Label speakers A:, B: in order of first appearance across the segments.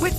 A: With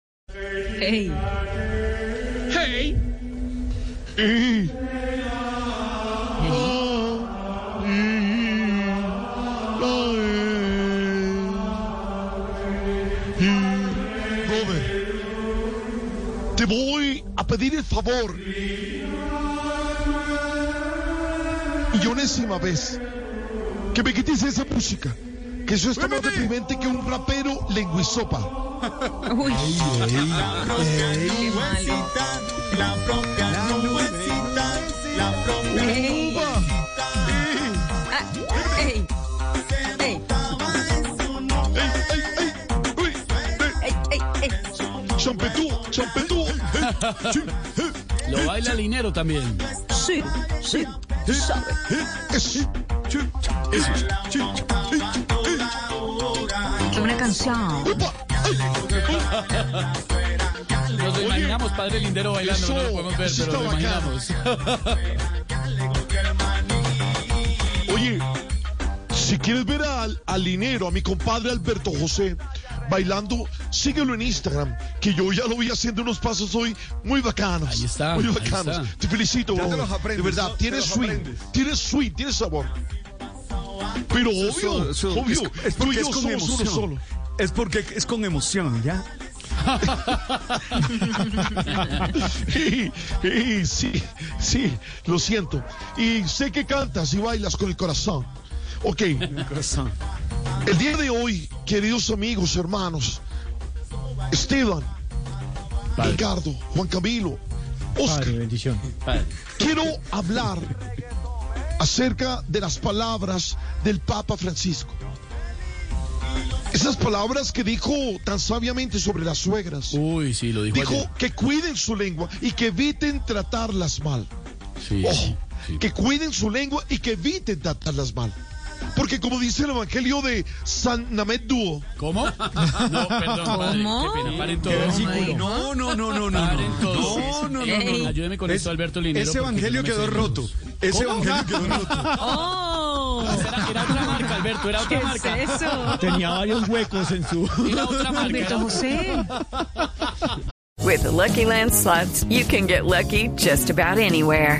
B: Hey.
C: Hey. Robert, te voy a pedir el favor. Y onésima vez que me quites esa música. Que eso está más deprimente que un rapero lenguisopa.
B: Uy,
D: la propia nubecita, la propia
B: hey. Ah, hey. Hey,
D: nubecita.
C: ¡Ey, ey, ey! ¡Uy! ey,
B: hey, hey, hey.
C: ¡Champetú! ¡Champetú! ey, sí, eh,
E: Lo baila Linero también.
B: Sí, sí, tú sabes.
C: eh, eh, sí, sí, eh, sí, sí, eh, eh.
B: Qué buena canción.
C: ¡Upa! ¡Ay!
E: Nos lo imaginamos, padre Lindero bailando,
C: eso-
E: no lo podemos ver,
C: eso
E: pero lo
C: está bacano.
E: imaginamos.
C: Oye, si quieres ver al, al Linero, a mi compadre Alberto José, bailando, síguelo en Instagram, que yo ya lo vi haciendo unos pasos hoy muy bacanos.
E: Ahí está,
C: Muy
E: ahí
C: bacanos.
E: está.
C: Te felicito,
D: te
C: brother.
D: los aprendes,
C: De verdad,
D: ¿no? Te
C: tienes
D: los
C: swing,
D: aprendes.
C: tienes swing, tienes sabor. Pero obvio,
D: Son- son-
C: obvio,
D: es, es
C: tú y
D: porque es
C: yo
D: con
C: somos
D: emoción.
C: uno solo.
D: Es porque es con emoción, ¿ya?
C: Y- y- sí, sí, lo siento. Y sé que cantas y bailas con el corazón. Ok,
D: Corazón.
C: el día de hoy, queridos amigos, hermanos, Esteban,
E: Padre.
C: Ricardo, Juan Camilo, Oscar,
E: bendición. Padre.
C: quiero hablar acerca de las palabras del Papa Francisco. Esas palabras que dijo tan sabiamente sobre las suegras.
E: Uy, sí, lo dijo.
C: Dijo
E: ayer.
C: que cuiden su lengua y que eviten tratarlas mal.
E: Sí,
C: Ojo,
E: sí.
C: que cuiden su lengua y que eviten tratarlas mal. Porque como dice el Evangelio de San Named Dúo,
E: ¿Cómo? No, perdón, padre.
F: ¿Cómo?
E: Qué pena, paren todo. No,
D: No, no, no, no, no.
E: paren todo.
D: No, no, no, no, no.
E: Ayúdeme con
D: Es-
E: esto, Alberto Linero.
D: Ese
E: porque yo
D: evangelio
E: me
D: quedó
E: sé
D: roto.
E: los-
D: Ese evangelio quedó roto.
F: Oh,
E: Era, era otra marca, Alberto, era
F: ¿qué
E: otra
F: es
E: marca.
F: eso?
E: Tenía varios huecos en su... Era otra marca.
F: Alberto
E: era otra-
F: José.
A: With Lucky Land slots, you can get lucky just about anywhere.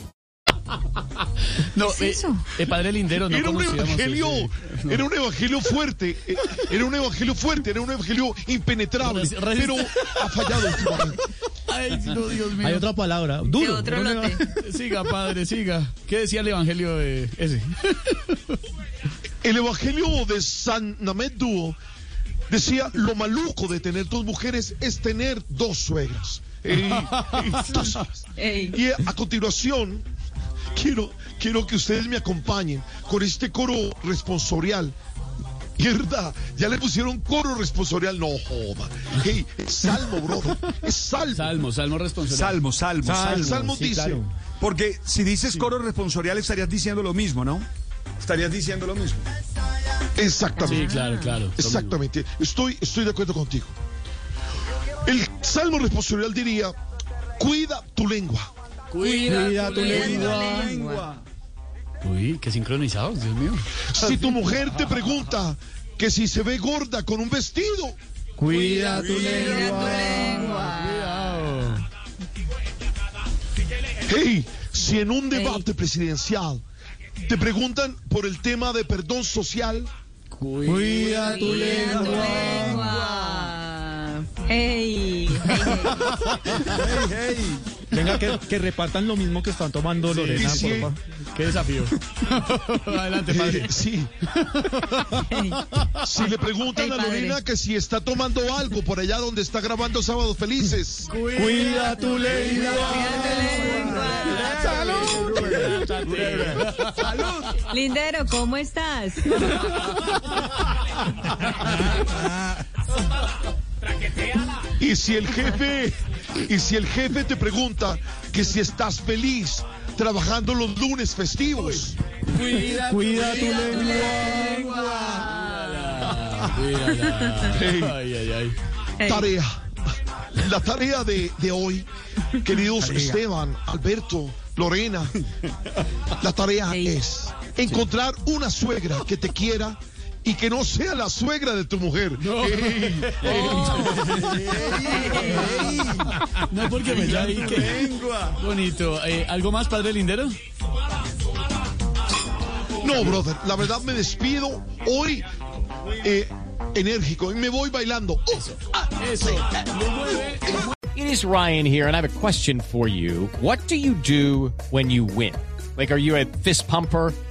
E: No, eh, eh, padre Lindero, no
C: era un
E: conocíamos
C: evangelio,
E: ese- no.
C: era un evangelio fuerte, eh, era un evangelio fuerte, era un evangelio impenetrable,
E: Res- res-
C: pero ha fallado últimamente.
E: Ay, no, Dios mío.
G: Hay otra palabra, duro.
E: Otro lote. Siga, padre, siga. ¿Qué decía el evangelio de ese?
C: El evangelio de San Named Dúo decía, lo maluco de tener dos mujeres es tener dos suegras. Ey, ey, dos suegras.
B: Ey.
C: Y a continuación, quiero, quiero que ustedes me acompañen con este coro responsorial. Mierda, ya le pusieron coro responsorial. No joda. Hey, es salmo, bro. Es salmo.
E: Salmo, salmo responsable.
D: Salmo, salmo, salmo.
C: El salmo dice.
D: Porque si dices coro responsorial estarías diciendo lo mismo, ¿no? Estarías diciendo lo mismo.
C: Exactamente.
E: Sí, claro, claro.
C: Exactamente. Estoy, estoy de acuerdo contigo. El salmo responsorial diría: cuida tu lengua.
E: Cuida,
G: Cuida tu lengua.
E: Uy, qué sincronizados, Dios mío.
C: Si tu mujer te pregunta que si se ve gorda con un vestido,
G: Cuida tu lengua.
E: Cuidado.
C: Hey, si en un debate presidencial te preguntan por el tema de perdón social,
G: Cuida tu lengua.
B: Hey.
D: Hey, hey. Venga, que, que repartan lo mismo que están tomando Lorena,
C: sí.
D: porfa.
H: Qué desafío. Adelante,
C: Eh,
H: padre.
C: sí. Si le preguntan
A: Ey,
C: a
A: padre.
C: Lorena que si está tomando algo por allá donde está grabando Sábados Felices.
D: Cuida tu lengua.
A: Lindero, ¿cómo estás?
C: Y si el jefe, y si el jefe te pregunta que si estás feliz trabajando los lunes festivos.
D: Cuida tu lengua.
C: Ey,
H: Ay, ay, ay.
C: tarea. La tarea de, de hoy, queridos Esteban, Alberto, Lorena, la tarea
A: Ey.
C: es encontrar una suegra que te quiera y que no sea la suegra de tu mujer. Ey,
H: No, porque me ya vi que... Bonito. Eh, ¿Algo más, padre Lindero?
C: No, brother, la verdad me despido hoy eh, enérgico y me voy bailando. Uh, ah,
E: It is Ryan here, and I have a question for you. What do you do when you win? Like, are you a fist pumper?